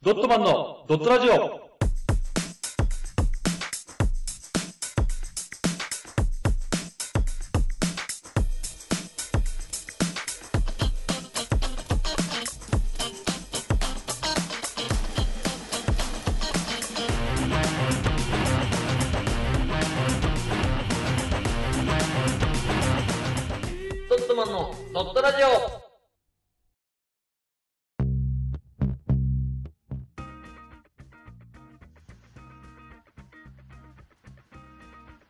ドットマンのドットラジオ。ドットマンのドットラジオ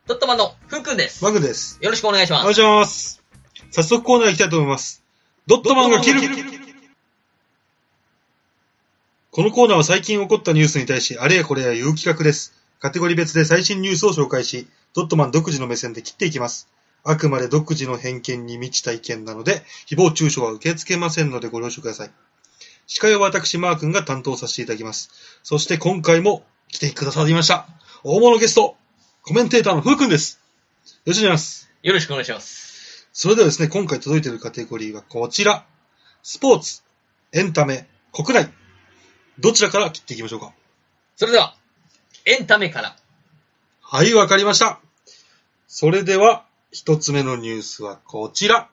ドットマンのふんくんです。マグです。よろしくお願いしおま願いす。します。早速コーナー行きたいと思います。ドットマンが切るこのコーナーは最近起こったニュースに対し、あれやこれや言う企画です。カテゴリー別で最新ニュースを紹介し、ドットマン独自の目線で切っていきます。あくまで独自の偏見に満ちた意見なので、誹謗中傷は受け付けませんのでご了承ください。司会は私、マー君が担当させていただきます。そして今回も来てくださいました。大物ゲスト、コメンテーターのふうくんです。よろしくお願いします。よろしくお願いします。それではですね、今回届いているカテゴリーはこちら。スポーツ、エンタメ、国内。どちらから切っていきましょうか。それでは、エンタメから。はい、わかりました。それでは、一つ目のニュースはこちら。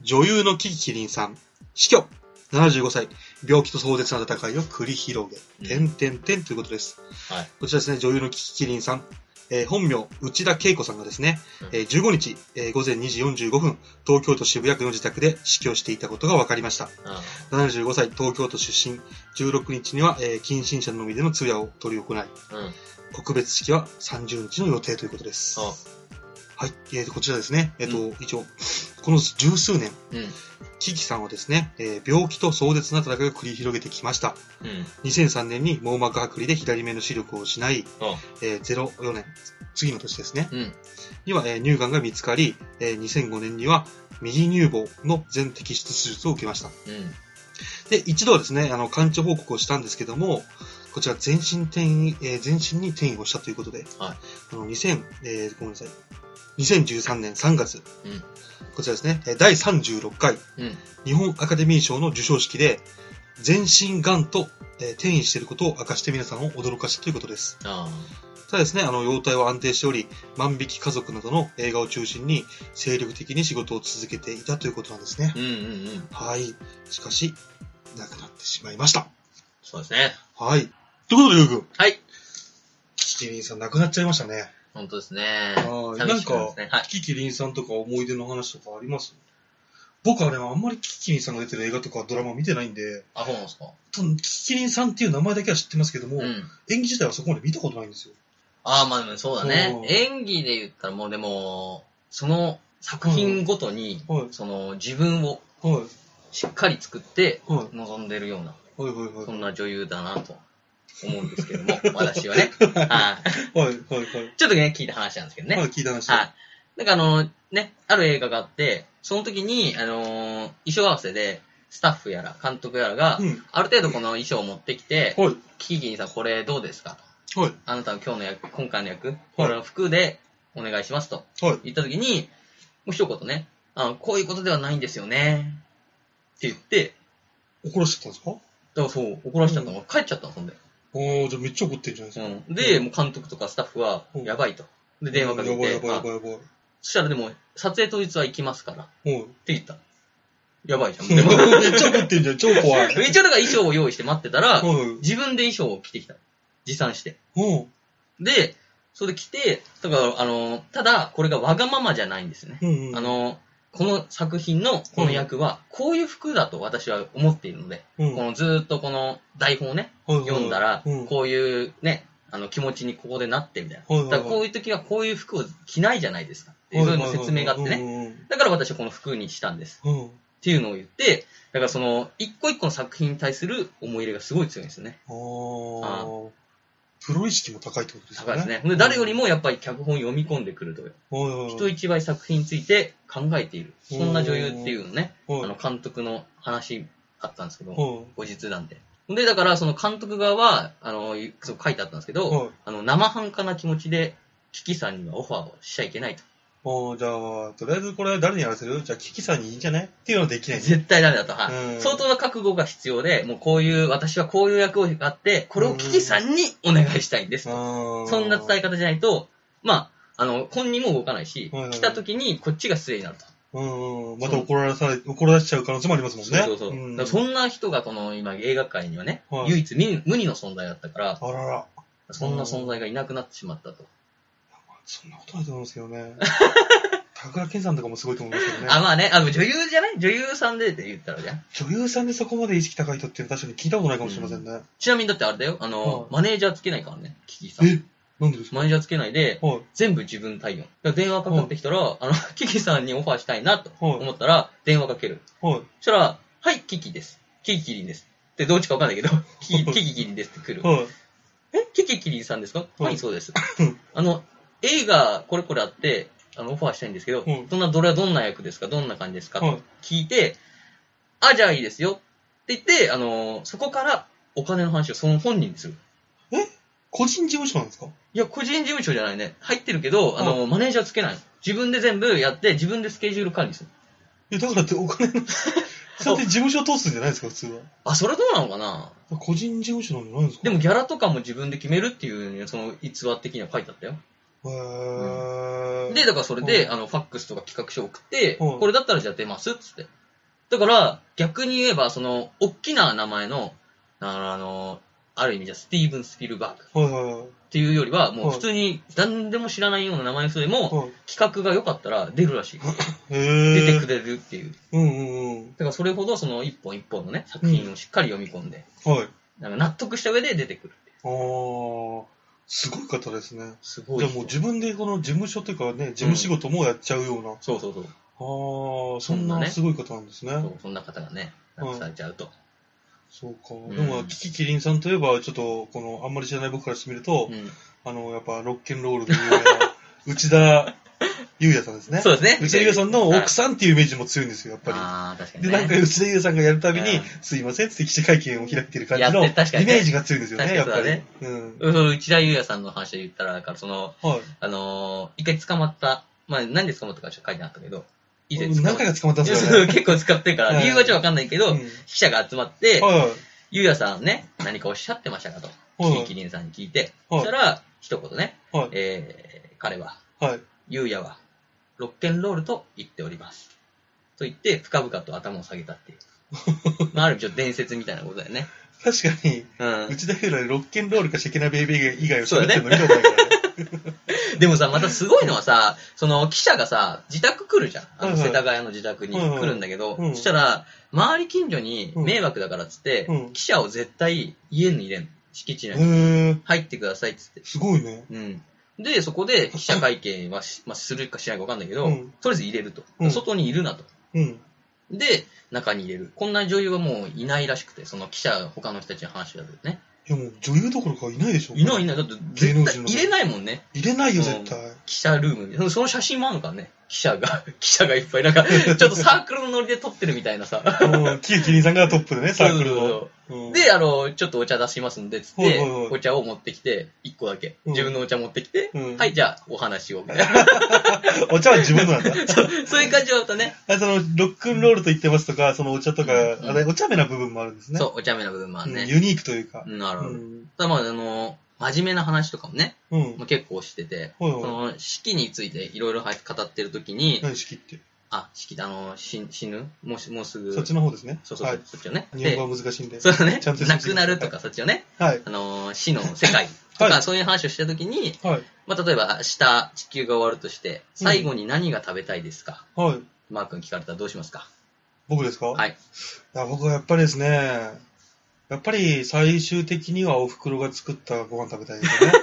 女優のキキキリンさん、死去、75歳、病気と壮絶な戦いを繰り広げ、うん点点点ということです。はいこちらですね、女優のキキキリンさん、えー本名、内田恵子さんがですね、えー15日、えー午前2時45分、東京都渋谷区の自宅で死去していたことが分かりました。75歳、東京都出身、16日には、えー近親者のみでの通夜を執り行い、うん。うん。告別式は30日の予定ということです。あはい、えーとこちらですね、えっ、と、一応、この十数年、うん。キキさんはですね、えー病気と壮絶な戦いを繰り広げてきました。うん。 2003年に網膜剥離で左目の視力を失い、あえー、04年、次の年ですね、うん。には、えー乳がんが見つかり、えー2005年には右乳房の全摘出手術を受けました。うん。で、一度はですね、あの、完治報告をしたんですけども、こちら全身転移、えー全身に転移をしたということで、はいあの、2000、えーごめんなさい、2013年3月、うんこちらですね、えー第36回うん。日本アカデミー賞の授賞式で、全身がんと、えー転移していることを明かして皆さんを驚かしたということです。あただですね、あの、容態は安定しており、万引き家族などの映画を中心に、精力的に仕事を続けていたということなんですねー。うんうんうん。はい。しかし、亡くなってしまいました。そうですね。はい。ということで、ゆうくん。はい。キキリンさん亡くなっちゃいましたね。本当ですね。はい寂しくですね。はい。キキリンさんとか思い出の話とかあります僕あれ、あんまりキキリンさんが出てる映画とかドラマ見てないんで、あ、そうなんですか。多分キキリンさんっていう名前だけは知ってますけども、うん。演技自体はそこまで見たことないんですよ。ああ、まあでもそうだねう。ん演技で言ったらもうでも、その作品ごとに、はい。その自分をはい。しっかり作ってはい。望んでるような、はい。はい。そはい。んな女優だなと思うんですけど も、私はね。はい。はい。はい。はい。ちょっとね、聞いた話なんですけどね。まはい。だ聞いた話。なんかあの、ね、ある映画があって、その時に、あのー衣装合わせで、スタッフやら監督やらが、うん。ある程度この衣装を持ってきて、はい。キキキにさんこれどうですかと。はい。あなたの今日の役、今回の役、これの服でお願いしますと。はい。言った時に、もう一言ね、あの、こういうことではないんですよね。って言って、怒らしちゃったんですかだからそう、怒らしちゃったの。帰っちゃったの、そんで。あー、じゃあめっちゃ怒ってんじゃないですか。うん。で、もう監督とかスタッフは、うんやばいと。で、電話かけうんやて、ばいやばあいやばいやそしたらでも、撮影当日は行きますから、っばい。はい。て言った。やばいじゃん。めでも、っちゃ怒ってんじゃん、超 怖 い。一応だから衣装を用意して待ってたら、うん。自分で衣装を着てきた。持参して。うん。で、それで着て、だから、あの、ただ、これがわがままじゃないんですよね。うんうん。あ、の、この作品のこの役は、こういう服だと私は思っているので、うんこのずーっとこの台本をね、読んだら、こういうね、あの気持ちにここでなってみたいな。はいはいはいだからこういう時はこういう服を着ないじゃないですか。っていうふうな説明があってね。ね。だから私はこの服にしたんです。うんうんっていうのを言って、だからその、一個一個の作品に対する思い入れがすごい強いんですよね。うん。あああ。プロ意識も高いってことですよね。高いですね。で誰よりもやっぱり脚本読み込んでくるという。はいはいはい、人一倍作品について考えている。そんな女優っていうのね。はいあの監督の話あったんですけど、はい後日談で。で、だからその監督側は、あの、そう書いてあったんですけど、はいあの、生半可な気持ちで、キキさんにはオファーをしちゃいけないと。おーじゃあ、とりあえずこれ誰にやらせるじゃあ、キキさんにいいんじゃないっていうのはできないね。絶対ダメだと。はうんい。相当な覚悟が必要で、もうこういう、私はこういう役をやって、これをキキさんにお願いしたいんですと。そそんな伝え方じゃないと、まあ、あの、本人も動かないしはいはい、来た時にこっちが失礼になると。うん、また怒らされ、怒らしちゃう可能性もありますもんね。そうそうそう。んだからそんな人がこの今映画界にはね、はい唯一無無二の存在だったから、あらら。そんな存在がいなくなってしまったと。そんなことないと思うんですけ どね。高倉健さんとかもすごいと思いますけどね。あ、まあね、あの女優じゃない女優さんでって言ったらじゃん。女優さんでそこまで意識高い人っていうのは確かに聞いたことないかもしれませんね。ちなみにだってあれだよ、あの、はいマネージャーつけないからね、キキさん。えなんでですかマネージャーつけないで、はい。全部自分対応。だから電話かかってきたら、あの、キキさんにオファーしたいなとはい。思ったら、電話かける。はい。そしたら、はい、キキです。キキキリンです。ってどっちかわかんないけど、 キキキキキリンですって来る。はい。えキキキリンさんですかうんはい、そうですうん。あの、映画、これこれあって、あの、オファーしたいんですけど、うんどんな、どれはどんな役ですかどんな感じですかはいと聞いて、あ、じゃあいいですよって言って、あのー、そこからお金の話をその本人にする。個人事務所なんですかいや、個人事務所じゃないね。入ってるけど、あのー、マネージャーつけない。自分で全部やって、自分でスケジュール管理する。え、だからってお金 の、そうやって事務所通すんじゃないですか、普通は。あ、それどうなのかな個人事務所なんじゃないんですかでもギャラとかも自分で決めるっていうね、その逸話的には書いてあったよ。へー。で、だからそれで、うあの、ファックスとか企画書送って、うんこれだったらじゃあ出ますっつって。だから、逆に言えば、その、大きな名前の、あの、あのある意味じゃスティーブン・スピルバーグっはいはいはい。ていうよりは、もううん普通に何でも知らないような名前の人でも、はい企画が良かったら出るらしい。へ出てーく。れるっていう。うんうんうん。だからそれほどその一本一本のね、作品をしっかり読み込んで、はい。なんか納得した上で出てくる。あー、すごい方ですね。すごじいゃあ人。もう自分でこの事務所っていうかね、事務仕事もやっちゃうような。そうそうそう。ああ、そそんんななねすごい方なんですね。そうそんな方がね、うん亡くされちゃうと。そうか。んでも、キキキリンさんといえば、ちょっと、この、あんまり知らない僕からしてみると、うんあの、やっぱ、ロッケンロールで有名な、内田優也さんですね。 そうですね。内田優也さんのさ奥さんっていうイメージも強いんですよ、やっぱああ、確かり。にで、ね。なんか内田優也さんがやるたびに、うんすいませんっつって記者会見を開いてる感じのやって確かイにねメージが強いんですよね、やっ確ぱかにり。そうだねうん。うん内田優也さんの話で言ったら、だからその、はい。あのー一回捕まった、まあ、何で捕まったかちょっと書いてなかったけど、以前捕まっ何回た。か捕まったんですよそう ね。結構使ってるかうんら、理由はちょっとわかんないけど、うん記者が集まって、はいはい。優也さんね、何かおっしゃってましたかと、はいキリキリンさんに聞いて、はそいしたら、一言ね、はいえー、彼は、はい。優也は、ロッケンロールと言っております。と言って、深々と頭を下げた っていう。まあ、ある意味ちょっと伝説みたいなことだよね。確かに、うん。内田裕也ロッケンロールかシェケナベイベー以外を喋そうっだてるねの見たことな いからね。でもさ、またすごいのはさ、その記者がさ、自宅来るじゃん。あはの、いはい世田谷の自宅にはいはい来るんだけど、うんそしたら、周り近所に迷惑だからっつって、うん記者を絶対家に入れん。敷地内に。へー、入ってくださいっつって。すごいね。うん。で、そこで記者会見はし、ま あ、するかしないかわかんないけど、うんとりあえず入れると。うん外にいるなと。うん。で、中に入れる。こんな女優はもういないらしくて、その記者、他の人たちの話だとね。いやもう女優どころかいないでしょいないいい。ない。だって芸絶能人対の入れないもんね。入れないよ、うん絶対。記者ルームみたいな。その写真もあるのからね。記者が、 記者がいっぱい、なんか、ちょっとサークルのノリで撮ってるみたいなさ。うん。キキリンさんがトップでね、 サークルそうそうのそ。うんうで、あの、ちょっとお茶出しますんで、つっはいてはいはい、お茶を持ってきて、一個だけ。うん自分のお茶持ってきてうん、はい、じゃあ、お話を、みたいな。 お茶は自分のなんだ。 そういう感じだったね。あその、ロックンロールと言ってますとか、そのお茶とか、うんあれ、お茶目な部分もあるんですね。そう、お茶目な部分もあるうんね。ユニークというか。うんなるうほど。ん。ただまあ、あの、真面目な話とかもね、うんまあ。結構してて、はいそはの、式についていろいろ語ってるときい。に、何式って。あ、式、あの、死死ぬもうしもうすぐ、そっちの方ですね。そうそうはそ、。いうそっちをね。日で本語は難しいんで。そうだね。ちゃんとなくなるとか、そっちをね、はい。あのー死の世界と はいか、そういう話をしたときに、はい。まあ、例えば、明日、地球が終わるとして、最後に何が食べたいですか、はい。マー君聞かれたらどうしますか僕ですかはいい。や。僕はやっぱりですね、やっぱり最終的にはお袋が作ったご飯食べたいですよね。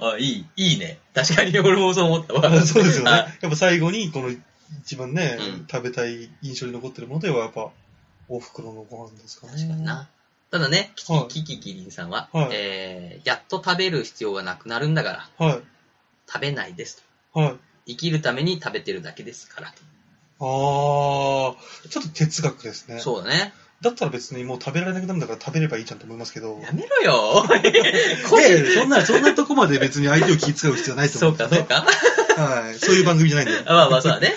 あ、いい、いいね。確かに、俺もそう思ったわあ そうですよね。はやいっぱ最後に、この一番ね、うん食べたい印象に残ってるものといえば、やっぱ、お袋のご飯ですかね。確かにな。ただね、キキ,、はいキキキリンさんは、はいえー、やっと食べる必要がなくなるんだから、は食べないですと。い。はい。生きるために食べてるだけですからあー、ちょっと哲学ですねと。。そうだね。だったら別にもう食べられなくなるんだから食べればいいじゃんと思いますけど。やめろよ。いやいやそんな、そんなとこまで別に相手を気遣う必要ないとそ思ううんでか、すそようね。か。はい。そういう番組じゃないんだよ。あ まあまあ、そうだね。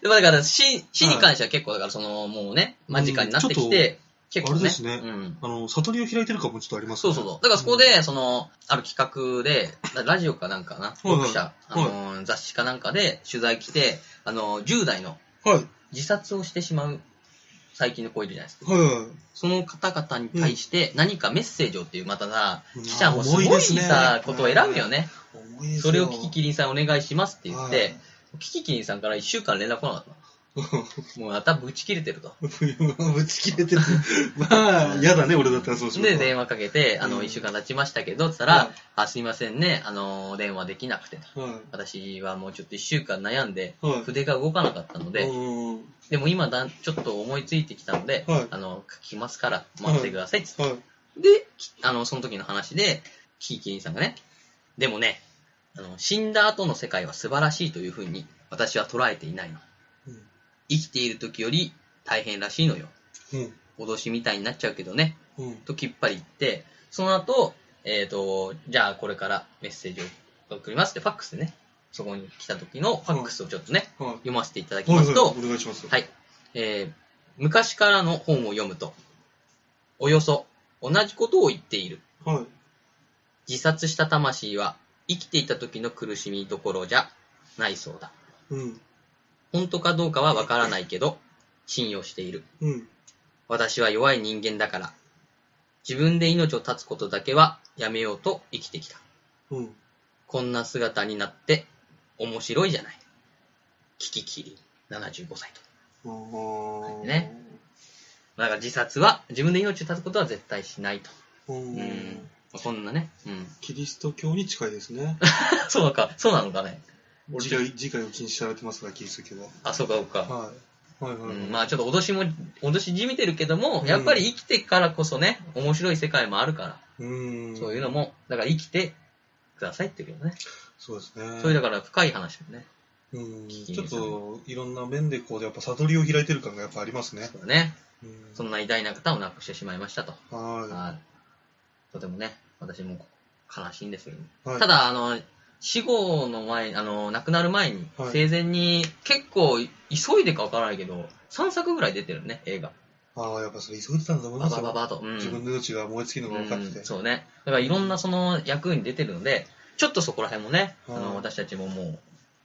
でもだから死、死に関しては結構、だからその、もうね、間近になってきて、結構ね。あれですねうん。あの、悟りを開いてるかもちょっとありますそうそうそう。だからそこで、その、ある企画で、なラジオかなんかな、いはい読者、あのー雑誌かなんかで取材来て、あのー、10代のう。はい。自殺をしてしまう最近の子いるじゃないですか。はいはい。その方々に対して何かメッセージをっていう、またさ、うん記者もすごい重いですねさ、ことを選ぶよね。重いですよそれをキキキリンさんお願いしますって言って、キキキリンさんから1週間連絡来なか った。もうまたぶち切れてると。はいぶち切れてる。 まあ、嫌だね、俺だったらそうしようで、電話かけて、あうの、ん1週間経ちましたけど、つったはらい、あ、すいませんね、あの、電話できなくてと。はい。私はもうちょっと1週間悩んで、はい。筆が動かなかったので、うんでも今だん、ちょっと思いついてきたので、はいあの、書きますから、待ってくださいっつってはい。で、きあの、その時の話で、キーキリンさんがね、でもね、あの死んだ後の世界は素晴らしいというふうに私は捉えていないの。うん生きている時より大変らしいのよ。うん。脅しみたいになっちゃうけどね。うん。ときっぱり言って、その後、えっ、と、じゃあこれからメッセージを送りますって、ファックスでね、そこに来た時のファックスをちょっとね、はい。読ませていただきはまいはいすと、お願いします。はい。えー昔からの本を読むと、およそ同じことを言っている。はい。自殺した魂は生きていた時の苦しみどころじゃないそうだ。うん。本当かどうかはわからないけど、信用している。うん。私は弱い人間だから、自分で命を絶つことだけはやめようと生きてきた。うん。こんな姿になって面白いじゃない。キキキリン、75歳と。あーね。だから自殺は、自分で命を絶つことは絶対しないと。ううんん。そんなね。うん。 キリスト教に近いです ね。そうか、そうなのかね。俺次回、次回を禁止されてますから、キリスト教は。あ、そうか、そうか。はい。はいはうい。ん、まあちょっと脅しも、脅しじみてるけどもう、んやっぱり生きてからこそね、面白い世界もあるから、うん。そういうのも、だから生きてくださいっていうけどね。そうですね。そういうだから深い話もね。うん。聞ちきょっにと、いろんな面でこう、やっぱ悟りを開いてる感がやっぱありますね。そうだね。うんそんな偉大な方を亡くしてしまいましたと。ははい。とてもね、私も悲しいんですけど、い。はいた、だ、あの、死後の前、あの、亡くなる前に、はい生前に結構急いでかわからないけど、3作ぐらい出てるね、映画。ああ、やっぱそれ急いでたんだと思いバますババよ。バと。うん自分の命が燃え尽きるのが分かってうんて。そうね。だからいろんなその役に出てるので、ちょっとそこら辺もね、はいあの私たちももう、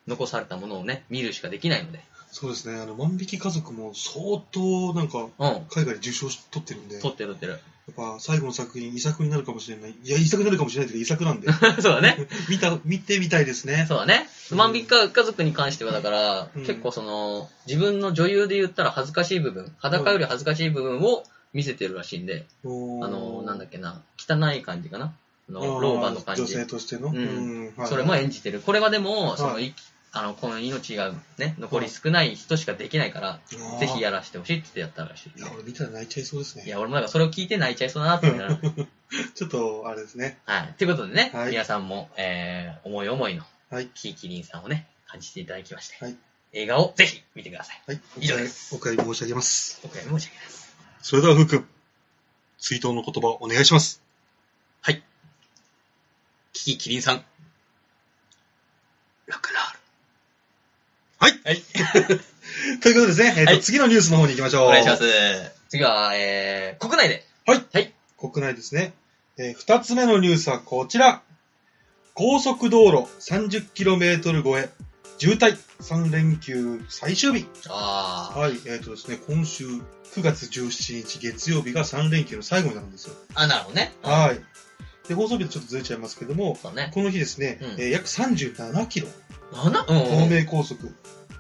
残されたものをね、見るしかできないので、そうですね。あの、万引き家族も相当、なんか、うん。海外で受賞し取ってるんで、や撮っってる撮ってる。 ぱ最後の作品、遺作になるかもしれない。いや、遺作になるかもしれないけど、遺作な んで、そうだね。見た、見てみたいですね。そうだね。万引き家族に関しては、だから、うん結構その、自分の女優で言ったら恥ずかしい部分、裸より恥ずかしい部分を見せてるらしいんで、ああの、なんだっけ、けな、汚い感じかな。あの老婆の感女じ性。としての。うんうんはいそれも演じてる。これはでも、その、はいあの、この命がね、残り少ない人しかできないから、あーぜひやらしてほしいってやったらしい。いや、俺見たら泣いちゃいそうですいね。や、俺もなんかそれを聞いて泣いちゃいそうだなって思い ながらちょっと、あれですね。はい。ということでね、はい皆さんも、えー、思い思いのはい。キーキリンさんをね、感じていただきまして、はい映画をぜひ見てください。はい。以上ですお帰り申し上げます。僕は申し訳ないです。それでは、ふうくん、追悼の言葉をお願いし ます。キーキリンさん。ラクラール。はい。はい。ということですね、えっ、と、はい次のニュースの方に行きましょう。お願いします。次は、えー、国内で。国内ですね。えー二つ目のニュースはこちら。高速道路 30km 超え、渋滞、3連休最終日。あー。はい、えっ、とですね、今週9月17日月曜日が3連休の最後になるんですよ。あ、なるほどね。はい。で、放送日とちょっとずれちゃいますけども、そうね。この日ですね、うんえー約37キロ、 7? うん。東名高速、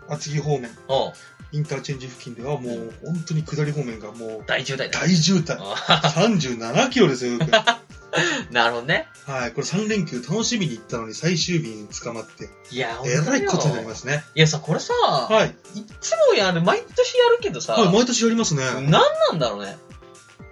厚木方面、おうインターチェンジ付近ではもう本当に下り方面がもう大渋滞だ。大渋滞。あ37キロですよ、よくーなるほどね。はい、これ3連休楽しみに行ったのに最終日に捕まって、いや、。えらいことになりますすね。いやさ、これさ、はい。いつもやる、毎年やるけどさ、はい、毎年やりますね。何なんだろうね。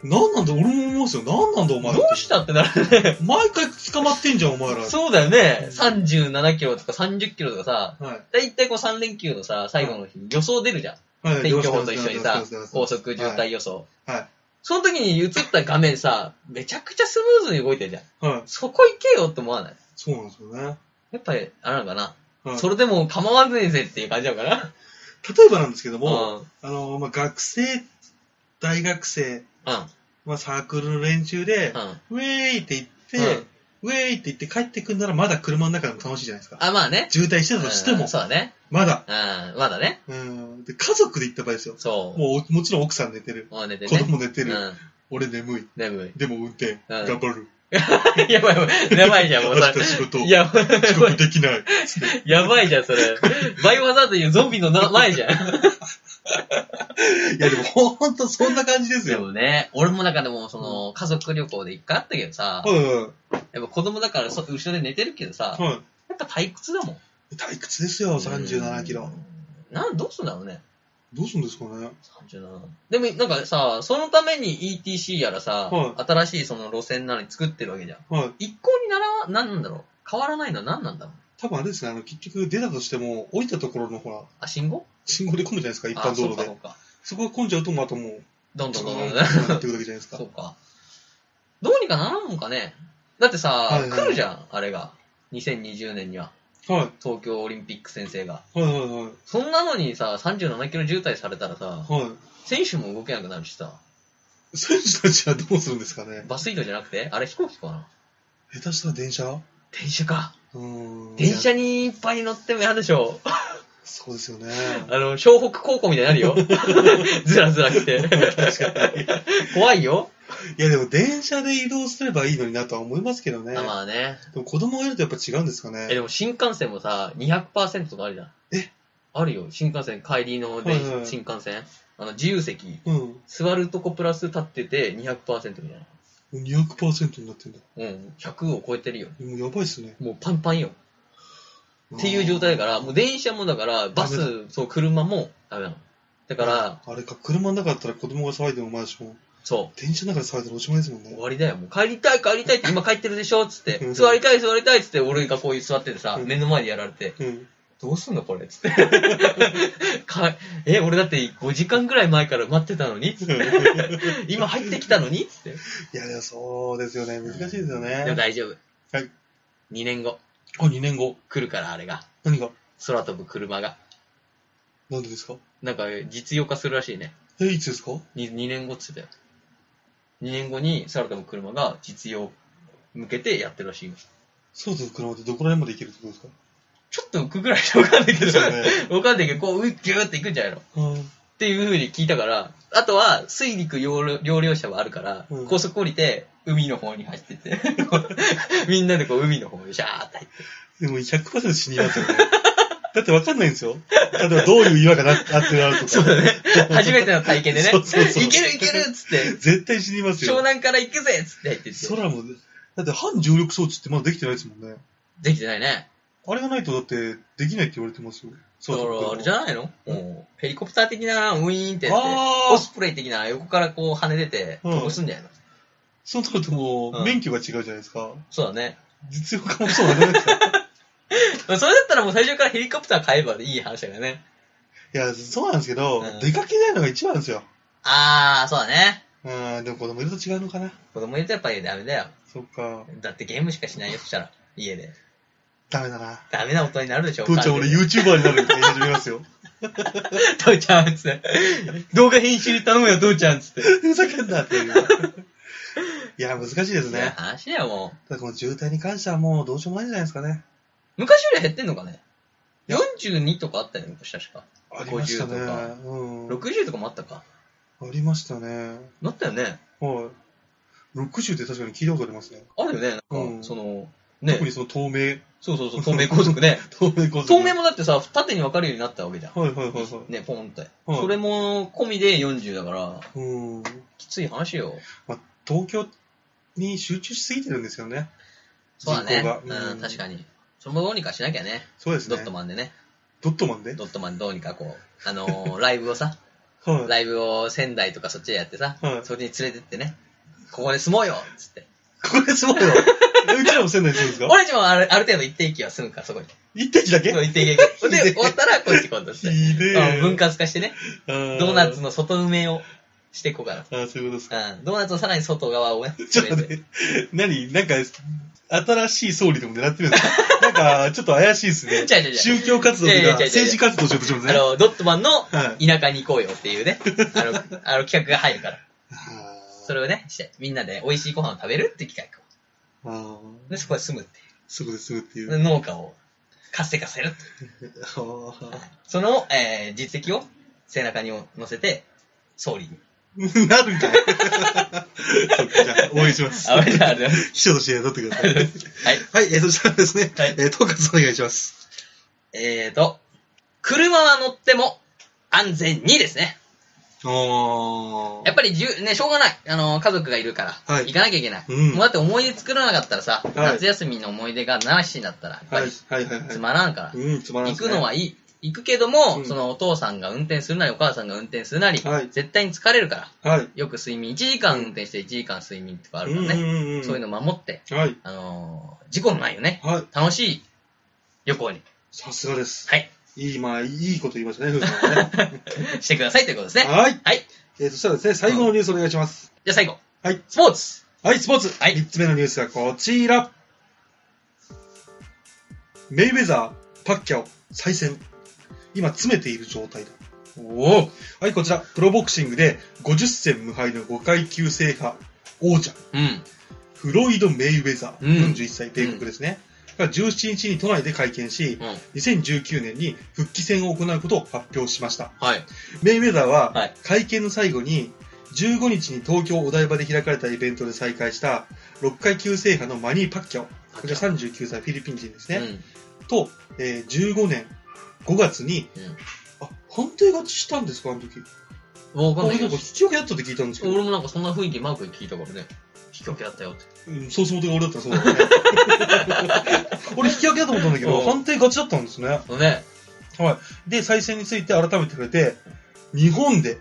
なんなんだ、俺も思うんですよ。なんなんだ、おど前らっうしたってなるね。て。毎回捕まってんじゃん、お前ら。そうだよね。37キロとか30キロとかさ、はい。だいたいこう3連休のさ、最後の日、予想出るじゃん。はい。 天気予報と一緒にさ出ます出ます出ます、高速渋滞予想。はい。その時に映った画面さ、めちゃくちゃスムーズに動いてるじゃん。はい。そこ行けよって思わないそうなんですよね。やっぱり、あれなのかな。うんそれでも構わずにせっていう感じだから。例えばなんですけどうも、ん。うん。あの、まあ、学生、大学生、うまあ、サークルの連中で、ん。ウェーイって言って、ウェーイって言って帰ってくんならまだ車の中でも楽しいじゃないですか。あ、まあね。渋滞してたとしてうもん、そうだね。まだ。うん。まだね。うん。で、家族で行った場合ですよ。そう。ももう、もちろん奥さん寝てる。う寝て子ね。供寝てる。うん。俺眠い。眠でも運転。頑張る。い。 やばいやばい。やばいじゃん、も明うそれ日。仕事。いや、 遅刻できない。つってやばいじゃん、それ。バイオハザードいうゾンビのな前じゃん。いや、でもほんとそんな感じですでよ。もね、俺もなんかでも、その、家族旅行で一回あったけどさう、ん。やっぱ子供だからそ後ろで寝てるけどさ、はやっぱ退屈だもん。い。退屈ですよ、37キロ。うん。なん、どうすんだろうね。どうするんですかね。 37でもなんかさ、そのために ETC やらさ、は新しいその路線なのに作ってるわけじゃん。はい。一向にならわ、なんなんだろう。変わらないのは何なんだろう。多分あれですね、あの、結局出たとしても、降りたところのほら、あ、信号信号で混むじゃないですか、一般道あ、そ路うかそでう。か。そこが混んじゃうと、またもう、どんどんどんどんね。 なってくるだけじゃないですかそ。うか。どうにかならんのかね。だってさ、いはいはい来るじゃん、あれが。2020年には。は東京オリンピック先生が。い。はいはいはい。そんなのにさ、37キロ渋滞されたらさ、は選手も動けなくなるしさ、い。選手たちはどうするんですかね。バス移動じゃなくて、あれ飛行機かな下手したら電車電車か。うーん。電いや車にいっぱい乗っても嫌でしょ。そうですよね。あの、湘北高校みたいになるよ。 ずらずら来て。 確かに。い怖いよ。や、でも電車で移動すればいいのになとは思いますけどね。あまあね。でも子供がいるとやっぱ違うんですかえ、ね。でも新幹線もさ、200%とかあるじゃん。えあるよ。新幹線、帰りの電車はいはい新幹線。あの、自由席。うん。座るとこプラス立ってて200%みたい200%になってんだ。な。うん。100を超えてるよ。もうやばいっすね。もうパンパンよ。っていう状態だから、もう電車もだから、バダス、そう、車もダメなの。だから、あれか、車の中だったら子供が騒いでもまだしも、そ電車の中で騒いでらおしまいですもんう、ね終。わりだよ。もう帰りたい、帰りたい って、今帰ってるでしょっつってう、ん座りたい、座りたいっつって、俺がこういう座っててさう、ん目の前でやられて、うん。どうすんのこれっつって。 かえ、俺だって5時間ぐらい前から待ってたのにつ って今入ってきたのにつって。いや、でもそうですよね。難しいですよでもね。大丈夫。はい。 2年後、あ、2年後。来るから、あれが。何が空飛ぶ車が。なんでですかなんか実用化するらしいね。え、いつですか 2, 年後っつってたよ。2年後に空飛ぶ車が実用向けてやってるらしいよ。空飛ぶ車ってどこら辺まで行けるってことですかちょっと浮くぐらいしかわかんないけどです、よね。わかんないけど、こう、うっぎゅーっていくんじゃないのっうんていう風に聞いたから、あとは水陸両両両車はあるから、うん高速降りて海の方に走って って、みんなでこう海の方にシャーって入って。でも100%死にま すよね。だってわかんないんですよ。例えばどういう岩がなあってなるとそうか。だね。初めての体験でね、そうそうそういけるいけるっつって、絶対死にます湘よ。南から行くぜっつって入ってって。空も、だって反重力装置ってまだできてないですもんね。できてないね。あれがないとだってできないって言われてますよ。だから、あれじゃないのうんもうヘリコプター的な、ウィーンってやって、あーオスプレイ的な、横からこう跳ね出て、うん飛ばすんじゃないのそうなるともうんう免許が違うじゃないですか。そうだね。実用化もそうならな いですか。まあそれだったらもう最初からヘリコプター買えばいい話だからね。いや、そうなんですけど、うん出かけないのが一番ですよ。あー、そうだね。うん、でも子供いると違うのかな。子供いるとやっぱりダメだよ。そっか。だってゲームしかしないよ、そしたら。家で。ダメだな。ダメな大人になるでしょ。父ちゃん俺う。 YouTuber になるって言い始めますよ。 父ちゃん、つって。動画編集頼むよ、父ちゃん、つって。ふざけんなって いう。いや、難しいですいやね。話だよ、もただこの渋滞に関してはもうどうしようもないんじゃないですかね。う。昔より減ってんのかね ?42 とかあったよね、昔確か。ありましたね。 50とかうん。 60とかもあったか。ありましたね。なったよね。はい。60って確かに聞いたことありますね。あるよね、なんか、うんその、ね特、にその透明、そうそうそう、透明高速 ね。透明構造透明もだってさ、縦に分かるようになったわけじゃん。はいはいはいはい。ね、ポンって。はいそれも込みで40だから、うん。きつい話よ。東京に集中しすぎてるんですよね。そうだね。人口がうん、確かに。それもどうにかしなきゃね。そうですドね。ットマンでね。ドットマンでドットマンどうにかこう、あのー ライブをさ、はい。ライブを仙台とかそっちでやってさ、はいそっちに連れてってね、ここで住もうよっつって。これすごいよ。うちらも仙台にす るんですか俺たちもあるある程度一定期は住むから、そこに。一滴だけそう一定期。で、終わったらこっち今度っつって。ひでうえ。ん分割化してね、あー。ドーナツの外埋めをしていこうかな。あーそういうことですか。うん、ドーナツのさらに 外側をね、 ちょっと待って、何なんか、新しい総理でも狙ってるんですかなんなんか、ちょっと怪しいですね。違う違う違う宗教活動といやいや違う違う違か、う政治活動しようとしてますあね。の、ドットマンのはい。田舎に行こうよっていう ね、あの、あの企画が入るから。それをね、して、みんなで美味しいご飯を食べるって企画を。あーで、そこで住むってすぐですぐってい。いうう。農家を活性化するっていう あーその、えー実績を背中に乗せて、総理に。なるんかい。そっかじゃあ、応援します。あ、ありがとうございます。秘書として取ってくださ い。はい。 はい、えー、そしたらですね、はいえー、統括お願いします。えーと、車は乗っても安全にですね。おー。やっぱりじゅ、ね、しょうがない。あの、家族がいるから、はい行かなきゃいけない。うんもうだって思い出作らなかったらさ、い夏休みの思い出がなしになったら、やっぱはいり、はいはいつはまらんからい。。うん、つまらん行ですねくのはいい。行くけども、うんそのお父さんが運転するなり、お母さんが運転するなり、はい絶対に疲れるから。はい。よく睡眠、1時間運転して1時間睡眠とかあるからね。ねそういうの守って、の。はい。あのー事故のないよね。はい。楽しい旅行に、さすがです。はい、 いい、まあ、いいこと言いましたね、ふうさんはね。してくださいということですね。はい。 はい。えー、そしたらですね、最後のニュースお願いします。じゃあ最後。はい。スポーツはい、スポーツ。はい3つ目のニュースはこちら。メイウェザー、パッキャオ、再戦。今、詰めている状態だ。おおはい、こちら、プロボクシングで50戦無敗の5階級制覇、王者、うん。フロイド・メイウェザー、うん41歳、米国ですね。が17日に都内で会見し、うん。 2019年に復帰戦を行うことを発表しました。はい。メイウェザーははい会見の最後に15日に東京お台場で開かれたイベントで再会した6階級制覇のマニー・パッキャオ、こちら39歳フィリピン人ですね、と、えー15年5月に、あ、判定勝ちしたんですかあの時。うん。わかんな俺いなけんかど引、き分けだったって聞いたんですけど、俺もなんかそんな雰囲気マークに聞いたからね。引き分けあったよって。うん、そうそう俺だったらそうだね。俺引き分けだと思ったんだけど、うん判定勝ちだったんですね。そうね。で、再戦について改めて触れて、日本でうん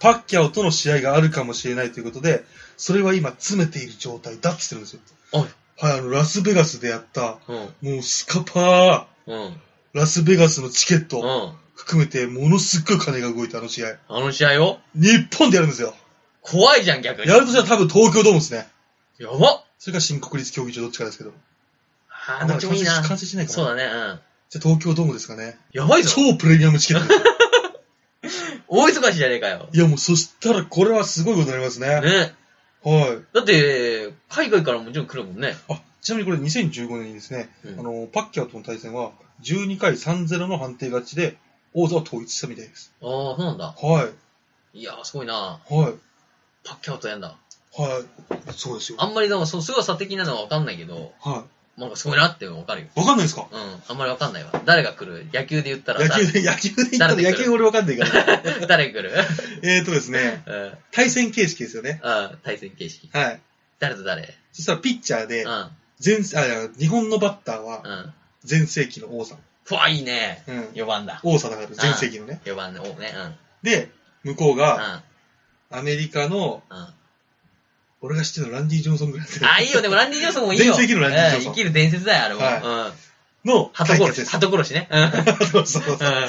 パッキャオとの試合があるかもしれないということで、それは今詰めている状態だって言ってるんですよ。はいはい、あの、ラスベガスでやった、うん。もうスカパー、うん。うん。ラスベガスのチケットあ含めて、ものすっごい金が動いたあの試合。の試合を日本でやるんですよ。怖いじゃん、逆に。やるとしたら多分東京ドームですね。やばそれか新国立競技場どっちかですけど。あー、どっちもいいな。完成しないかそうら。だね、うん。じゃあ東京ドームですかね。やばいぞ。超プレミアムチケットですよ。大忙しじゃねえかよ。いやもうそしたらこれはすごいことになりますね。ね。はい。だって、海外からもちろん来るもんね。あ、ちなみにこれ2015年にですね、うんあの、パッキャオとの対戦は12回3-0の判定勝ちで王座を統一したみたいです。ああ、そうなんだ。はいやー、すごいな。い。はい。パッキャオとやんだ。はい。そうですよ。あんまりでも、その凄さ的なのはわかんないけど、はなんかすごいなっていうのわかるよ。い。わかんないですかうん、あんまりわかんないわ。誰が来る野球で言ったら野誰球で、野球で言ったら誰野が来る球俺わかんないから。 誰が来る えーとですね、うん、うん対戦形式ですよね。対戦形式。はい。誰と誰そしたらピッチャーうでん、う、ん。前、あ、いや日本のバッターは前世紀の王座。ふわ、いいね。うん。 4番だ。王座だから、前世紀のね。 4番ね、おね、うん。で、向こううん、が、アメリカの、うん。俺が知ってるのランディ・ジョンソンぐらいですねあ、いいよ、でもランディ・ジョンソンもいいよ。全盛期のランディジョンソンうん生きる伝説だよ、あれも。うん。の鳩対決殺でし、す。鳩殺しね。うそうそうそう。鳩ん。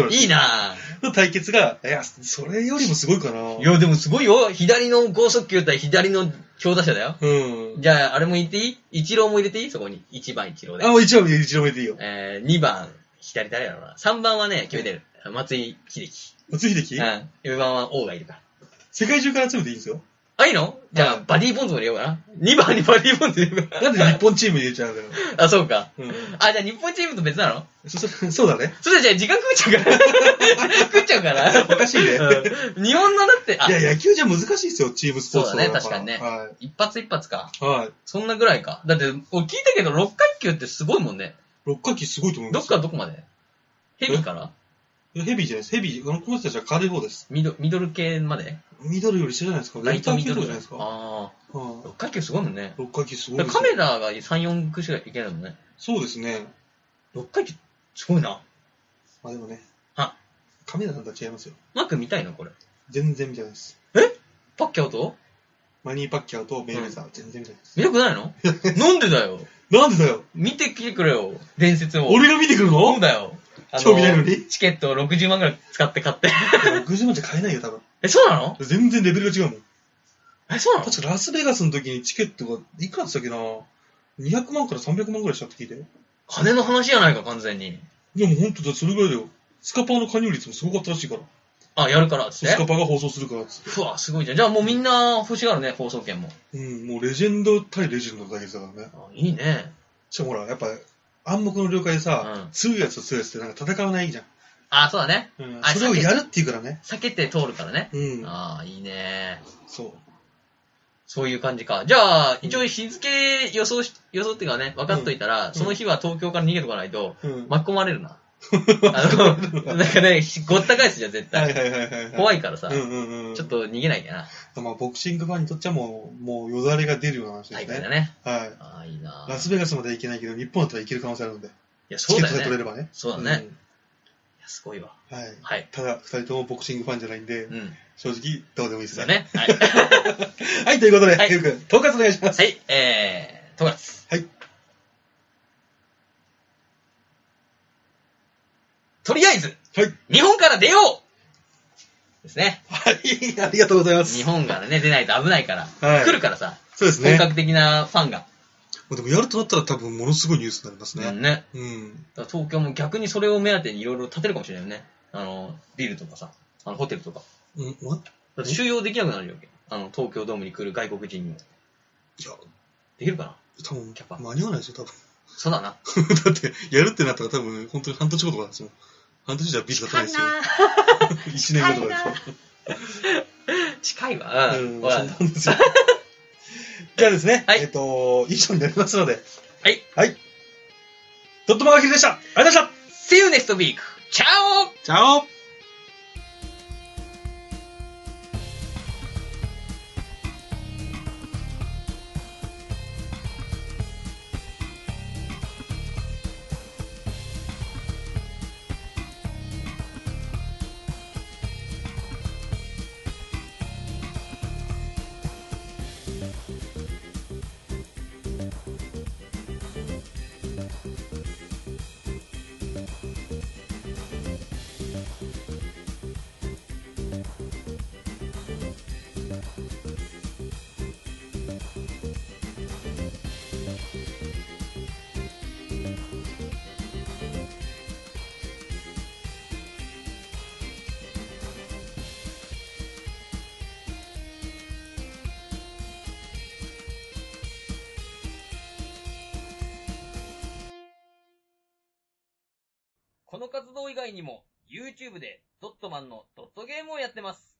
殺しいいなの対決が、いや、それよりもすごいかな。いや、でもすごいよ。左の高速球だったら左の強打者だよ。うん。じゃあ、あれも言っていい一郎も入れていいそこに。1番一郎であ、。もう一応、一応見ていいよ。えー、2番、左誰だろうな。3番はね、決めてる。松井秀喜。松井秀う喜ん。4番は王がいるから。世界中から集めていいんですよ。あ、いいのじゃあ、うんバディーボンズも入れようかな。2番にバディーボンズ入れようかなんで日本チーム入れちゃうんだよ。な。あ、そうか。うん。あ、じゃあ日本チームと別なのそ、そ、そうだね。それじゃあ時間食っち ゃうから。食っちゃうから。おかしいねうん日本のだって、あい、や、野球じゃ難しいですよ、チームスポーツそうだねやっぱ確かにねは一発一発か。い。はい。そんなぐらいか。だって、俺聞いたけど、6階級ってすごいもんね。六角形すごいと思いどまっす。からどこまでヘビからいやヘビーじゃないです。ヘビー、あの、この人たちは軽い方です。ミドミドル系までミドルより下じゃないですか。ライトライミトド系とルぐかじゃらないいですか。はああ。い。 6階級すごいもんね。六角形すごいだでからすカよメラが3、4区しかいけないもんね。そうですね。 6階級、すごいな。まあでもね。はカメラなんか違いますよ。マーク見たいのこれ。全然見てないです。パッキャオとマニー・パッキャオとメイウェザー、全然見てないです。見たくないのなんでだよ。なんでだよ見てきてくれよ。伝説を。俺が見てくるのそうだよ。あ興味ないのにチケットを60万ぐらい使って買って。 60万じゃ買えないよ、多分。え、そうなの全然レベルが違うもん。え、そうなの確かラスベガスの時にチケットがいくらでしたっけな ?200 万から300万くらいしたって聞いて。金の話やないか、完全に。でも本当だ、それぐらいだよ。スカパーの加入率もすごかったらしいから。あ、やるからっつそっうスカて。パーが放送するからっつっふわ、すごいじゃん。じゃあもうみんな欲しがるね、放送権も。て。うん、もうレジェンド対レジェンドだけだからね。あいいね。しかもほら、やっぱ暗黙の了解でさ、うん強いやつと強いやつってなんか戦わないじゃん。あ、そうだね。うん、あそれをやるっていうからね。避けて通るからね。うん、ああ、いいね。そう。そういう感じか。じゃあ、一応日付予想し、予想っていうかね、分かっといたら、その日は東京から逃げとかないと、うん。巻き込まれる な。あの、なんかね、ごった返すじゃん、絶はい対。はいはいはいはい。怖いいからさ、うんうんうん。ちょっ、と逃げなきゃな、まあ、ボクシングファンにとっちゃもう、もうよだれが出るような話で大す会だね。ね。はい。ああ、いいな。ラスベガスまでは行けないけど、日本だったら行ける可能性あるので、いや、チそケうッだトさえよ取れね。ればね。そうだね。んいやすごいわ。はい。はい。ただ、二人ともボクシングファンじゃないんで、うん。正直、どうでもいいですそうだね。ね。はい。はい、ということで、はいケン君、統括お願いします。はい、えー、トガツ。はい。とりあえず、はい。日本から出ようですね。はい、あ りがとうございま日す。本からね、出ないと危ないから。はい来るからさ、そうです本ね。格的なファンが。でも、やるとなったら多分、ものすごいニュースになりますうね。んね。うん。だから東京も逆にそれを目当てにいろいろ建てるかもしれないよね。あの、ビルとかさ、あのホテルとか。うん、わだって収容できなくなるよ。あの、東京ドームに来る外国人にも。いや、できるかな多分キャパ、間に合わないですよ、多分。 そうだな。だって、やるってなったら多分、本当に半年後とかなんですよ。半年じゃビルが近高いいでなすよ。 一年後とかですよ。近いわ。ううんん。そわうかなったんですよ。 じゃあですね、はいえっと、以上になりますので、はい。はい。ドットマガキルでした。ありがとうございまし See you next week! チャオた。チャオこの活動以外にも、YouTube でドットマンのドットゲームをやってます。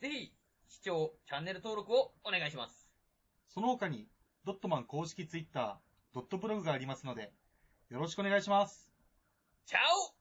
ぜひ、視聴、チャンネル登録をお願いします。その他に、ドットマン公式ツイッター、ドットブログがありますので、よろしくお願いします。チャオ